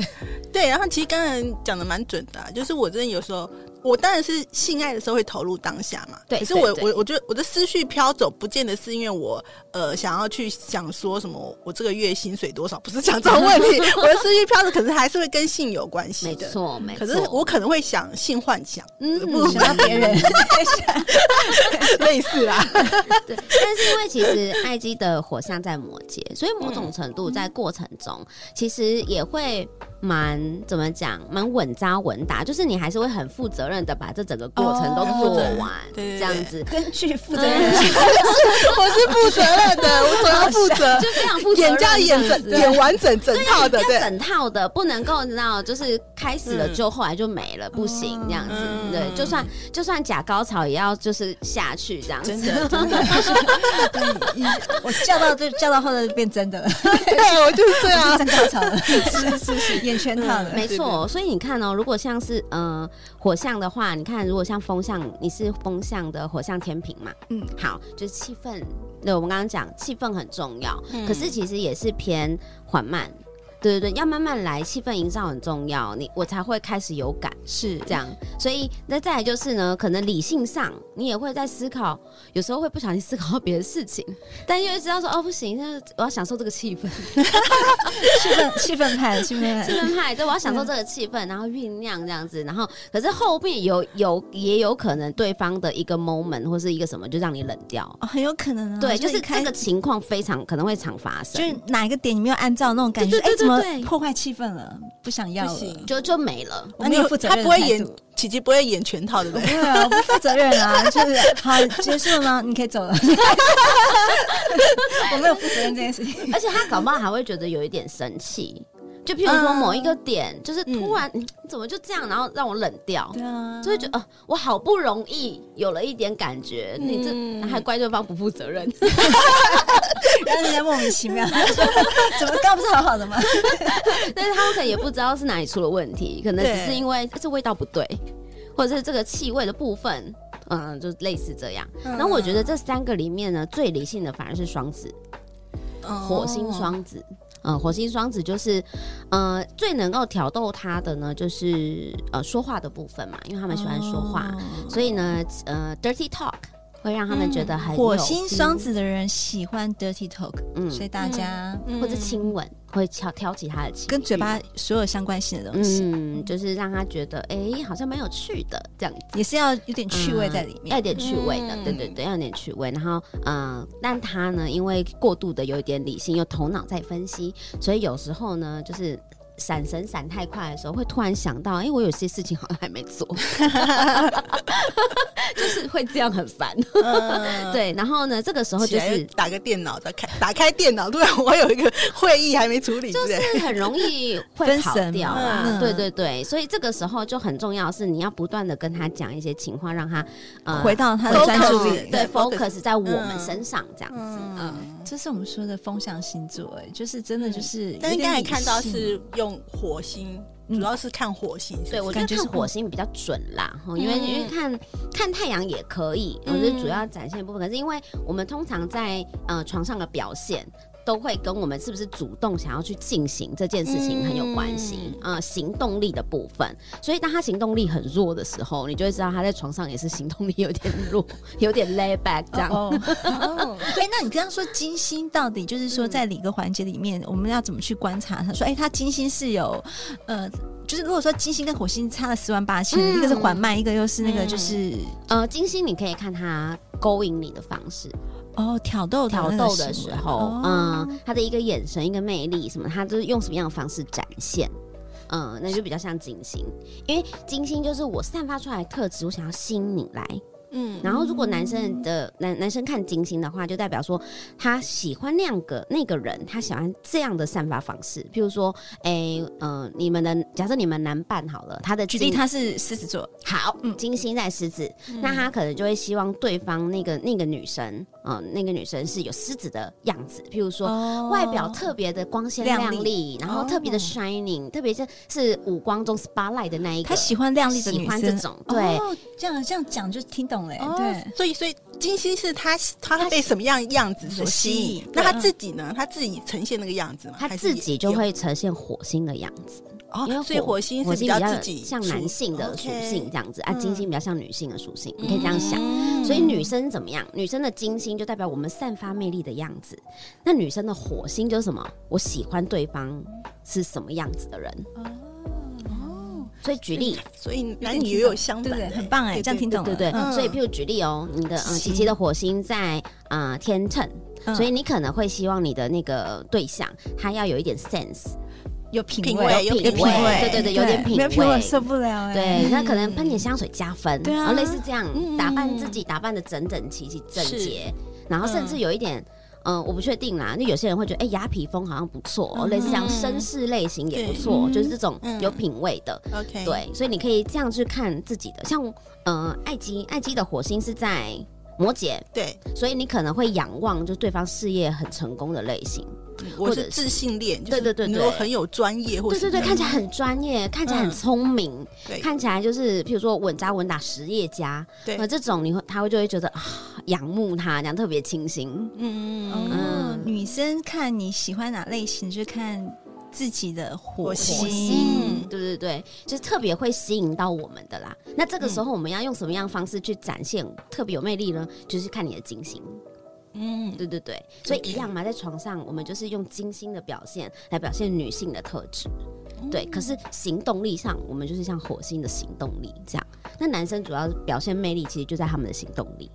[SPEAKER 4] 对。然后其实刚才讲的蛮准的啊、就是我真的有时候，我当然是性爱的时候会投入当下嘛。
[SPEAKER 1] 对
[SPEAKER 4] 可是我
[SPEAKER 1] 对对
[SPEAKER 4] 我我觉得我的思绪飘走，不见得是因为我呃想要去想说什么，我这个月薪水多少，不是讲这种问题。我的思绪飘走，可是还是会跟性有关系
[SPEAKER 1] 没
[SPEAKER 4] 的。
[SPEAKER 1] 错，没错。
[SPEAKER 4] 可是我可能会想性幻想，
[SPEAKER 1] 嗯
[SPEAKER 4] 不
[SPEAKER 3] 想到别人
[SPEAKER 4] 类似啦。
[SPEAKER 1] 对，但是因为其实艾姬的火象在摩羯，所以某
[SPEAKER 4] 嗯
[SPEAKER 1] 种程度在过程中，其实也会蛮怎么讲，蛮稳扎稳打，就是你还是会很负责任的把这整个过程都
[SPEAKER 3] 哦
[SPEAKER 1] 做
[SPEAKER 4] 很负责
[SPEAKER 1] 完，
[SPEAKER 4] 对对对
[SPEAKER 1] 这样子。
[SPEAKER 3] 根据负责任
[SPEAKER 1] 嗯
[SPEAKER 4] 我是负责任的，我总要负责，
[SPEAKER 1] 就非常负 责任
[SPEAKER 4] 演就要演
[SPEAKER 1] 这样
[SPEAKER 4] 整
[SPEAKER 1] 子
[SPEAKER 4] 演完整整套的，
[SPEAKER 1] 要
[SPEAKER 4] 对。
[SPEAKER 1] 整套的，不能够你知道，就是开始了就后来就没了，不行这样子。
[SPEAKER 4] 嗯
[SPEAKER 1] 对，就算就算假高潮也要就是下去这样子。
[SPEAKER 4] 真的，真的，
[SPEAKER 3] 我叫到就叫到后头就变 真的了，
[SPEAKER 4] 对我就是这
[SPEAKER 1] 啊
[SPEAKER 4] 样。
[SPEAKER 3] 真高潮了，是是是， 演全套了。
[SPEAKER 1] 没
[SPEAKER 4] 对
[SPEAKER 1] 错，所以你看哦，如果像是呃火象的话，你看如果像风象，你是风象的火象天平嘛，
[SPEAKER 3] 嗯
[SPEAKER 1] 嗯，好，就是气氛，对我们刚刚讲气氛很重要，
[SPEAKER 4] 嗯
[SPEAKER 1] 可是其实也是偏缓慢。对对对，要慢慢来，气氛营造很重要，你我才会开始有感，
[SPEAKER 3] 是
[SPEAKER 1] 这样。所以那再来就是呢，可能理性上你也会在思考，有时候会不小心思考到别的事情，但又知道说哦不行，那我要享受这个气氛，
[SPEAKER 3] 气氛气氛派，气氛
[SPEAKER 1] 气
[SPEAKER 3] 派，
[SPEAKER 1] 氛 派，对，我要享
[SPEAKER 3] 嗯
[SPEAKER 1] 受这个气氛，然后酝酿这样子，然后可是后面有有也有可能对方的一个 moment 或是一个什么就让你冷掉，
[SPEAKER 3] 哦很有可能啊。
[SPEAKER 1] 对，就是
[SPEAKER 3] 你开
[SPEAKER 1] 这
[SPEAKER 3] 嗯
[SPEAKER 1] 个情况非常可能会常发
[SPEAKER 3] 就
[SPEAKER 1] 生
[SPEAKER 3] 是，哪一个点你没有按照那种感觉，
[SPEAKER 1] 对对
[SPEAKER 3] 哎，
[SPEAKER 1] 对
[SPEAKER 3] 怎
[SPEAKER 1] 对
[SPEAKER 3] 么
[SPEAKER 1] 对
[SPEAKER 3] 破坏气氛了？不想要
[SPEAKER 4] 不行
[SPEAKER 3] 了。
[SPEAKER 1] 就就没了。
[SPEAKER 3] 我没有负责
[SPEAKER 4] 他
[SPEAKER 3] 任的
[SPEAKER 4] 不会
[SPEAKER 3] 态
[SPEAKER 4] 演
[SPEAKER 3] 度，
[SPEAKER 4] 琪琪不会演全套，对不对？
[SPEAKER 3] 对啊，我不负责任啊，就是好结束了吗？你可 以走了。我没有负责任这件事情，
[SPEAKER 1] 而且他搞不好还会觉得有一点生气，就譬如说
[SPEAKER 4] 嗯
[SPEAKER 1] 某一个点，就是突然、嗯怎么就这样，然后让我冷掉。
[SPEAKER 3] 对啊，
[SPEAKER 1] 就会觉得，呃，我好不容易有了一点感觉，你这
[SPEAKER 4] 嗯
[SPEAKER 1] 还怪对方不负责任，
[SPEAKER 3] 然后人家莫名其 妙，怎么刚不是好好的吗？
[SPEAKER 1] 但是他们可能也不知道是哪里出了问题，可能只
[SPEAKER 4] 对
[SPEAKER 1] 是因为这味道不对，或者是这个气味的部分，嗯，就类似这样。
[SPEAKER 4] 嗯
[SPEAKER 1] 然后我觉得这三个里面呢，最理性的反而是双子，火
[SPEAKER 3] 哦
[SPEAKER 1] 星双子。嗯，火星双子就是，呃，最能够挑逗他的呢，就是呃说话的部分嘛，因为他们喜欢说话，
[SPEAKER 3] 哦
[SPEAKER 1] 所以呢，呃，dirty talk 会让他们觉得很、
[SPEAKER 3] 嗯火星双，子的人喜欢 dirty talk，
[SPEAKER 1] 嗯，
[SPEAKER 3] 所以大家
[SPEAKER 1] 或者亲吻会挑挑起他的情绪，
[SPEAKER 3] 跟嘴巴所有相关性的东西，
[SPEAKER 1] 嗯，就是让他觉得哎、诶好像蛮有趣的这样子，
[SPEAKER 3] 也是要有点趣味在里
[SPEAKER 1] 要有
[SPEAKER 3] 面。
[SPEAKER 1] 点趣味的，
[SPEAKER 4] 嗯
[SPEAKER 1] 对对对，要有点趣味。然后，嗯，但他呢，因为过度的有一点理性，又头脑在分析，所以有时候呢，就是。闪神闪太快的时候，会突然想到，哎、我有些事情好像还没 做，就是会这样很烦。
[SPEAKER 4] 嗯，
[SPEAKER 1] 对，然后呢，这个时候
[SPEAKER 4] 起
[SPEAKER 1] 就
[SPEAKER 4] 来
[SPEAKER 1] 是
[SPEAKER 4] 打个电脑，打开打开电脑，突然我有一个会议还没处理，
[SPEAKER 1] 就
[SPEAKER 4] 对不对
[SPEAKER 1] 是很容易会
[SPEAKER 3] 分
[SPEAKER 1] 跑
[SPEAKER 3] 神
[SPEAKER 1] 掉啊，
[SPEAKER 4] 嘛嗯
[SPEAKER 1] 对对对，所以这个时候就很重要的是，你要不断的跟他讲一些情况，让他呃
[SPEAKER 3] 回到他的
[SPEAKER 4] Focus
[SPEAKER 3] 专注力，
[SPEAKER 1] 对
[SPEAKER 4] 对
[SPEAKER 1] focus 在我们
[SPEAKER 4] 嗯
[SPEAKER 1] 身上这样子，嗯，
[SPEAKER 3] 这是我们说的风象星座，哎，就是真的就是有点理性。
[SPEAKER 4] 但是刚才看到是用火星，
[SPEAKER 3] 嗯
[SPEAKER 4] 主要是看火星，是不是
[SPEAKER 1] 对，我觉
[SPEAKER 3] 感
[SPEAKER 1] 得
[SPEAKER 3] 觉
[SPEAKER 1] 看
[SPEAKER 3] 是哦
[SPEAKER 1] 火星比较准啦，吼因为
[SPEAKER 4] 嗯
[SPEAKER 1] 因为看看太阳也可以，我
[SPEAKER 4] 嗯
[SPEAKER 1] 觉得主要展现的部分。可是因为我们通常在呃床上的表现，都会跟我们是不是主动想要去进行这件事情很有关系，
[SPEAKER 3] 嗯
[SPEAKER 1] 呃，行动力的部分。所以当他行动力很弱的时候，你就会知道他在床上也是行动力有点弱，有点 lay back 这样。
[SPEAKER 3] 哦， 哦哎、那你刚刚说金星到底就是说在哪个环节里面，我们要怎么去观察？他说，哎、他金星是有，呃，就是如果说金星跟火星差了十万八千，
[SPEAKER 1] 嗯
[SPEAKER 3] 一个嗯是缓慢，一个又是那个就是、
[SPEAKER 1] 呃，金星你可以看他勾引你的方式，
[SPEAKER 3] 哦，挑逗的
[SPEAKER 1] 挑
[SPEAKER 3] 那个
[SPEAKER 1] 逗的
[SPEAKER 3] 行
[SPEAKER 1] 时
[SPEAKER 3] 为
[SPEAKER 1] 候，
[SPEAKER 3] 哦
[SPEAKER 1] 嗯，他的一个眼神、一个魅力什么，他就是用什么样的方式展现。嗯，那就比较像金星，因为金星就是我散发出来的特质，我想要吸引你来。
[SPEAKER 4] 嗯
[SPEAKER 1] 然后，如果男生的男男生看金星的话，就代表说他喜欢那样个那个人，他喜欢这样的散发方式。比如说，哎、嗯、你们的假设你们男伴好了，他的
[SPEAKER 3] 举例
[SPEAKER 1] 金
[SPEAKER 3] 他是狮子座，
[SPEAKER 1] 好，
[SPEAKER 3] 嗯
[SPEAKER 1] 金星在狮子，
[SPEAKER 4] 嗯
[SPEAKER 1] 那他可能就会希望对方那个那个女生，嗯、那个女生是有狮子的样子，譬如说。
[SPEAKER 3] 哦
[SPEAKER 1] 外表特别的光鲜
[SPEAKER 3] 亮
[SPEAKER 1] 亮
[SPEAKER 3] 丽
[SPEAKER 1] 丽，然后特别的
[SPEAKER 3] 哦
[SPEAKER 1] shining，、特别是是五光中 spotlight 的那一个，
[SPEAKER 3] 他喜欢亮丽的
[SPEAKER 1] 喜
[SPEAKER 3] 女
[SPEAKER 1] 欢这
[SPEAKER 3] 生，
[SPEAKER 1] 种，对，
[SPEAKER 3] 哦，这样这样讲就听懂了耶，
[SPEAKER 4] 哦
[SPEAKER 3] 对，
[SPEAKER 4] 所以所以金星是他他会被什么样样子所吸
[SPEAKER 3] 所吸
[SPEAKER 4] 引
[SPEAKER 3] 引？
[SPEAKER 4] 那他
[SPEAKER 3] 对
[SPEAKER 4] 自己呢？他自己呈现那个样子吗？
[SPEAKER 1] 他
[SPEAKER 4] 还
[SPEAKER 1] 嗯
[SPEAKER 4] 是
[SPEAKER 1] 自
[SPEAKER 4] 也
[SPEAKER 1] 己就会呈现火星的样子，
[SPEAKER 4] 哦
[SPEAKER 1] 因为，
[SPEAKER 4] 所以火星是
[SPEAKER 1] 火
[SPEAKER 4] 比
[SPEAKER 1] 星
[SPEAKER 4] 较
[SPEAKER 1] 比较
[SPEAKER 4] 自己
[SPEAKER 1] 像
[SPEAKER 4] 属
[SPEAKER 1] 男性的属
[SPEAKER 4] OK
[SPEAKER 1] 性这样子，啊，
[SPEAKER 4] 嗯
[SPEAKER 1] 金星比较像女性的属性，你可以这样想。
[SPEAKER 3] 嗯
[SPEAKER 1] 所以女生怎么样？女生的金星就代表我们散发魅力的样子，那女生的火星就是什么？我喜欢对方是什么样子的人。
[SPEAKER 4] 哦，
[SPEAKER 1] 所以举例，
[SPEAKER 4] 所以男
[SPEAKER 3] 点
[SPEAKER 4] 女
[SPEAKER 3] 听
[SPEAKER 4] 也有
[SPEAKER 3] 懂
[SPEAKER 4] 相
[SPEAKER 3] 对
[SPEAKER 4] 反
[SPEAKER 3] 对
[SPEAKER 4] 的，
[SPEAKER 3] 很棒哎
[SPEAKER 4] 对
[SPEAKER 3] 这样听懂
[SPEAKER 1] 对不对？
[SPEAKER 4] 嗯
[SPEAKER 1] 所以譬如举例哦，你的呃
[SPEAKER 3] 行
[SPEAKER 1] 琪琪的火星在啊天秤，
[SPEAKER 3] 嗯
[SPEAKER 1] 所以你可能会希望你的那个对象他要有一点 sense，
[SPEAKER 3] 有品
[SPEAKER 4] 品
[SPEAKER 3] 味
[SPEAKER 4] 味，
[SPEAKER 1] 有
[SPEAKER 4] 有
[SPEAKER 1] 品
[SPEAKER 4] 品
[SPEAKER 1] 味
[SPEAKER 4] 味，
[SPEAKER 1] 对对对有点品
[SPEAKER 3] 没有品味
[SPEAKER 1] 味
[SPEAKER 3] 我受不了哎，
[SPEAKER 1] 对，那可能喷点香水加分，
[SPEAKER 3] 对啊
[SPEAKER 1] 然后类似这样
[SPEAKER 4] 嗯
[SPEAKER 1] 打扮自己，打扮的整整齐齐、整洁，然后甚至有一点。嗯，我不确定啦。那有些人会觉得，哎、雅痞风好像不错、
[SPEAKER 3] 嗯
[SPEAKER 1] 类似这样绅士类型也不错，
[SPEAKER 3] 对哎
[SPEAKER 1] 就是这种
[SPEAKER 4] 嗯
[SPEAKER 1] 有品味的。
[SPEAKER 4] OK，
[SPEAKER 1] 对，所以你可以这样去看自己的。像，呃，艾姬，艾姬的火星是在摩羯，
[SPEAKER 4] 对，
[SPEAKER 1] 所以你可能会仰望就对方事业很成功的类型。
[SPEAKER 4] 嗯我
[SPEAKER 1] 或者
[SPEAKER 4] 是自信恋，就
[SPEAKER 1] 对
[SPEAKER 4] 是
[SPEAKER 1] 对对
[SPEAKER 4] 你
[SPEAKER 1] 对
[SPEAKER 4] 如果很有专业，或
[SPEAKER 1] 对
[SPEAKER 4] 者
[SPEAKER 1] 对对，看起来很专业，看起来很
[SPEAKER 4] 嗯
[SPEAKER 1] 聪明，
[SPEAKER 4] 对
[SPEAKER 1] 看起来就是，譬如说稳扎稳打实业家，
[SPEAKER 4] 对
[SPEAKER 1] 呃，这种你会他会就会觉得啊，仰慕他，这样特别清新。
[SPEAKER 4] 嗯嗯嗯，
[SPEAKER 3] 哦，
[SPEAKER 1] 嗯
[SPEAKER 3] 女生看你喜欢哪类型，就看自己的火
[SPEAKER 4] 火星
[SPEAKER 3] 星
[SPEAKER 4] 嗯
[SPEAKER 1] 对对对，就是特别会吸引到我们的啦。那这个
[SPEAKER 4] 嗯
[SPEAKER 1] 时候我们要用什么样的方式去展现特别有魅力呢？就是看你的金星。
[SPEAKER 4] 嗯
[SPEAKER 1] 对对对，所以
[SPEAKER 4] OK
[SPEAKER 1] 一样嘛，在床上我们就是用金星的表现来表现女性的特质。
[SPEAKER 4] 嗯
[SPEAKER 1] 对，可是行动力上，我们就是像火星的行动力这样。那男生主要表现魅力，其实就在他们的行动力，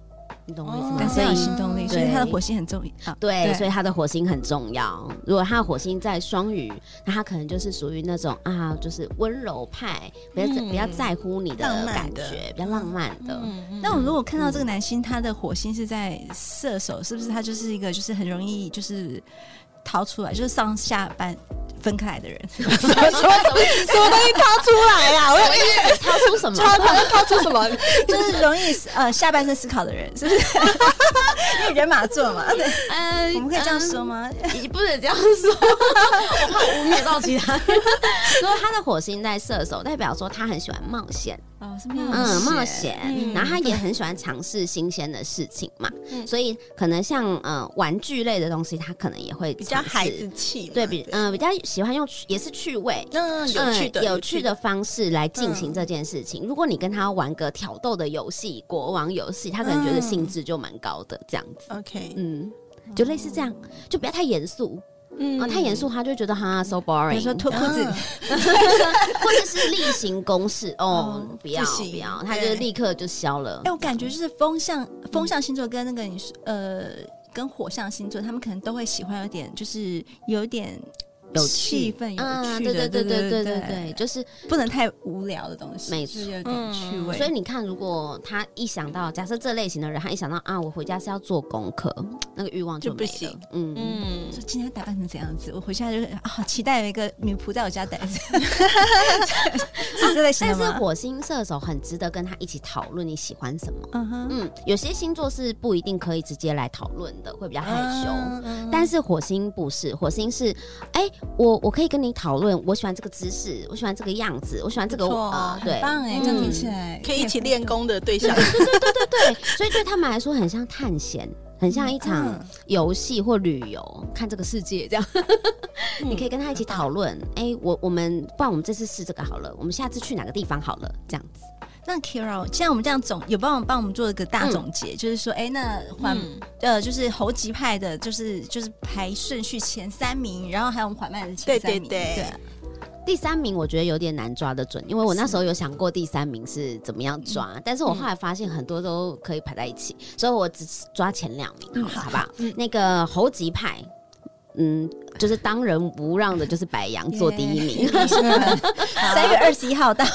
[SPEAKER 1] 你懂我意思
[SPEAKER 4] 哦
[SPEAKER 1] 吗？
[SPEAKER 3] 男生
[SPEAKER 1] 所以
[SPEAKER 3] 有行动力，所以
[SPEAKER 1] 对
[SPEAKER 3] 他的火星很重要。啊
[SPEAKER 1] 对，
[SPEAKER 3] 对
[SPEAKER 1] 所以他的火星很重要。如果他的火星在双鱼，那他可能就是属于那种啊，就是温柔派，比较、
[SPEAKER 4] 嗯
[SPEAKER 1] 比较在乎你的
[SPEAKER 4] 浪漫
[SPEAKER 1] 感
[SPEAKER 4] 的
[SPEAKER 1] 觉，比较浪漫的。
[SPEAKER 4] 嗯
[SPEAKER 3] 那我如果看到这个男星，他的火星是在射手，是不是他就是一个就是很容易就是逃出来，就是上下班分开来的人？
[SPEAKER 4] 什么什么什么东西掏出来呀？我
[SPEAKER 1] 掏出什么？
[SPEAKER 4] 掏掏掏出 什么？
[SPEAKER 3] 啊就是容易呃下半身思考的人，是不是？因为人马座嘛，对，
[SPEAKER 1] 呃
[SPEAKER 3] 我们可以这样说吗？
[SPEAKER 1] 你不能这样说， 我怕污蔑到其他人。 如果他的火星在射手，代表说他很喜欢冒险，
[SPEAKER 3] 哦，是
[SPEAKER 1] 嗯，冒险，
[SPEAKER 4] 嗯
[SPEAKER 1] 然后他也很喜欢尝试新鲜的事情嘛，
[SPEAKER 4] 嗯
[SPEAKER 1] 所以可能像呃玩具类的东西，他可能也会比
[SPEAKER 4] 比较孩子，气嘛，
[SPEAKER 1] 对比嗯、比较喜欢用趣也是趣味。
[SPEAKER 4] 嗯有趣的
[SPEAKER 1] 嗯有趣的方式来进行这件事情。如果你跟他玩个挑逗的游戏、国王游戏，他可能觉得兴致就蛮高的，这样子，
[SPEAKER 4] OK，
[SPEAKER 1] 嗯，就类似这样，就不要太严肃，
[SPEAKER 4] 嗯
[SPEAKER 1] 啊，太严肃，他就觉得哈 so boring。
[SPEAKER 3] 比如说脱裤
[SPEAKER 1] 嗯
[SPEAKER 3] 子，
[SPEAKER 1] 或者是例行公事哦，不要
[SPEAKER 4] 不行
[SPEAKER 1] 不要，他就立刻就消了
[SPEAKER 3] 哎、。我感觉就是风象风象星座跟那个你说呃跟火象星座，他们可能都会喜欢有点就是有点
[SPEAKER 1] 有
[SPEAKER 3] 气
[SPEAKER 1] 趣
[SPEAKER 3] 氛有趣的、
[SPEAKER 1] 嗯，对
[SPEAKER 3] 对
[SPEAKER 1] 对对对对
[SPEAKER 3] 对
[SPEAKER 1] 对对，就是
[SPEAKER 3] 不能太无聊的东西，
[SPEAKER 1] 没
[SPEAKER 3] 就是
[SPEAKER 1] 错嗯
[SPEAKER 3] 有点趣味。
[SPEAKER 1] 所以你看，如果他一想到，假设这类型的人，他一想到啊，我回家是要做功课，那个欲望
[SPEAKER 4] 就不
[SPEAKER 1] 没了
[SPEAKER 4] 行。
[SPEAKER 1] 嗯，
[SPEAKER 4] 嗯
[SPEAKER 3] 说今天打扮成怎样子，我回家就是啊，好期待有一个女仆在我家 待着，是这类型
[SPEAKER 1] 但
[SPEAKER 3] 的
[SPEAKER 1] 是
[SPEAKER 3] 吗？
[SPEAKER 1] 火星射手很值得跟他一起讨论你喜欢什么。
[SPEAKER 3] 嗯哼，
[SPEAKER 1] 嗯，有些星座是不一定可以直接来讨论的，会比较害羞。
[SPEAKER 3] 啊
[SPEAKER 4] 嗯
[SPEAKER 1] 但是火星不是，火星是，哎、我我可以跟你讨论，我喜欢这个姿势，我喜欢这个样子，我喜欢这个，
[SPEAKER 4] 不错啊
[SPEAKER 1] 呃，对
[SPEAKER 3] 很，棒哎，这样听起来
[SPEAKER 4] 可以一起练。功的对象，
[SPEAKER 1] 对，所以对他们来说很像探险，很像一场
[SPEAKER 3] 嗯
[SPEAKER 1] 游戏或旅游，看这个世界这样。
[SPEAKER 3] 嗯
[SPEAKER 1] 你可以跟他一起讨论，哎、我我们不然我们这次试这个好了，我们下次去哪个地方好了，这样子。
[SPEAKER 3] 那 Kira，现在我们这样总有帮我们帮我们做一个
[SPEAKER 1] 嗯
[SPEAKER 3] 大总结，就是说，哎，那缓
[SPEAKER 4] 嗯
[SPEAKER 3] 呃，就是猴急派的，就是就是排顺序前三名，然后还有我们缓慢的前
[SPEAKER 4] 对
[SPEAKER 3] 三
[SPEAKER 4] 对
[SPEAKER 3] 名，
[SPEAKER 4] 对
[SPEAKER 3] 对，
[SPEAKER 1] 第三名我觉得有点难抓得准，因为我那时候有想过第三名是怎么样抓，
[SPEAKER 3] 嗯
[SPEAKER 1] 但是我后来发现很多都可以排在一起，所以我只抓前两名
[SPEAKER 3] 嗯
[SPEAKER 1] 好了，好不好？那个猴急派。嗯，就是当仁无让的，就是白羊座第一 名。
[SPEAKER 3] 三月二十一号到，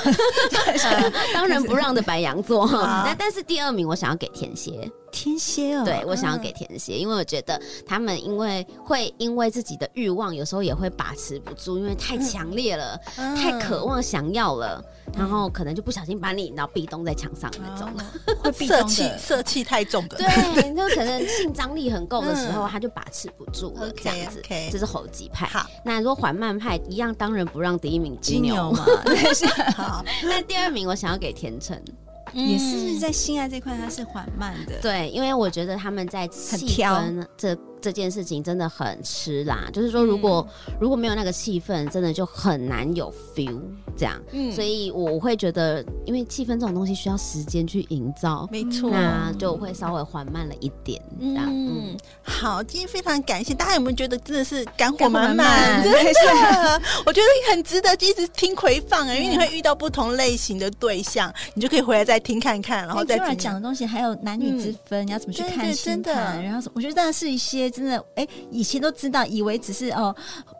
[SPEAKER 1] 当仁不让的白羊 座，
[SPEAKER 4] 啊
[SPEAKER 1] 那 但是第二名我想要给天蝎，
[SPEAKER 3] 天蝎
[SPEAKER 4] 嗯
[SPEAKER 3] 哦，
[SPEAKER 1] 对我想要给天蝎，因为我觉得他们因为会因为自己的欲望，有时候也会把持不住，因为太强烈了，
[SPEAKER 4] 嗯
[SPEAKER 1] 太渴望想要了，然后可能就不小心把你引到壁咚在墙上那种。
[SPEAKER 4] 嗯哦
[SPEAKER 3] 会壁
[SPEAKER 4] 色
[SPEAKER 3] 咚
[SPEAKER 4] 气
[SPEAKER 3] 的。
[SPEAKER 4] 色气太重的，
[SPEAKER 1] 对，就可能性张力很够的时候，
[SPEAKER 4] 嗯
[SPEAKER 1] 他就把持不住了，
[SPEAKER 4] OK，
[SPEAKER 1] 这样子
[SPEAKER 4] OK。
[SPEAKER 1] 这是猴急派。
[SPEAKER 4] 好，
[SPEAKER 1] 那如果缓慢派一样，当仁不让第一名
[SPEAKER 3] 金
[SPEAKER 1] 金
[SPEAKER 3] 牛
[SPEAKER 1] 牛，
[SPEAKER 3] 嘛，但是
[SPEAKER 1] 啊
[SPEAKER 4] 好，
[SPEAKER 1] 那第二名我想要给天秤。
[SPEAKER 4] 嗯
[SPEAKER 3] 也是在性爱这块，它是缓慢的。
[SPEAKER 1] 对，因为我觉得他们在气
[SPEAKER 3] 挑
[SPEAKER 1] 氛这这件事情真的很吃啦，就是说如果、如果没有那个气氛，真的就很难有 feel 这样。
[SPEAKER 4] 嗯
[SPEAKER 1] 所以我会觉得，因为气氛这种东西需要时间去营造，
[SPEAKER 4] 没错。
[SPEAKER 1] 那就会稍微缓慢了一点，这样。嗯
[SPEAKER 4] 嗯，好，今天非常感谢大家，有没有觉得真的是干货
[SPEAKER 3] 干货
[SPEAKER 4] 满
[SPEAKER 3] 满
[SPEAKER 4] 满？
[SPEAKER 3] 满
[SPEAKER 4] 真的，我觉得很值得一直听回放啊，因为你会遇到不同类型的对象，你就可以回来再听看看，然后再
[SPEAKER 3] 那 Kira
[SPEAKER 4] 怎么
[SPEAKER 3] 哎讲的东西，还有男女之分，你要怎么去
[SPEAKER 4] 对
[SPEAKER 3] 看
[SPEAKER 4] 对
[SPEAKER 3] 星
[SPEAKER 4] 真的
[SPEAKER 3] 盘？然后什么？我觉得当然是一些真的，哎、以前都知道，以为只是哦，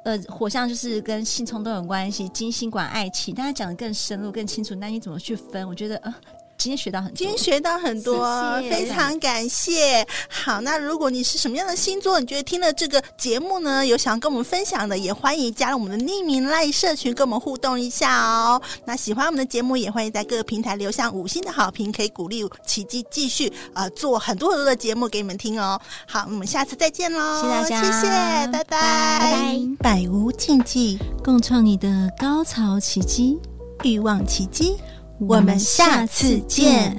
[SPEAKER 3] 呃，火象就是跟性冲动有关系，金星管爱情，但他讲的更深入、更清楚，那你怎么去分？我觉得呃，今天学到很多。
[SPEAKER 4] 今天学到很多，
[SPEAKER 1] 谢谢
[SPEAKER 4] 非常感谢。好，那如果你是什么样的星座，你觉得听了这个节目呢，有想要跟我们分享的，也欢迎加入我们的匿名赖社群，跟我们互动一下哦。那喜欢我们的节目，也欢迎在各个平台留下五星的好评，可以鼓励奇迹继续呃做很多很多的节目给你们听哦。好，我们下次再见喽，
[SPEAKER 3] 谢谢大家
[SPEAKER 4] 谢谢，拜拜，
[SPEAKER 3] 拜拜
[SPEAKER 4] 百无禁忌，
[SPEAKER 3] 共创你的高潮奇迹，
[SPEAKER 4] 欲望奇迹，
[SPEAKER 3] 我们下次见。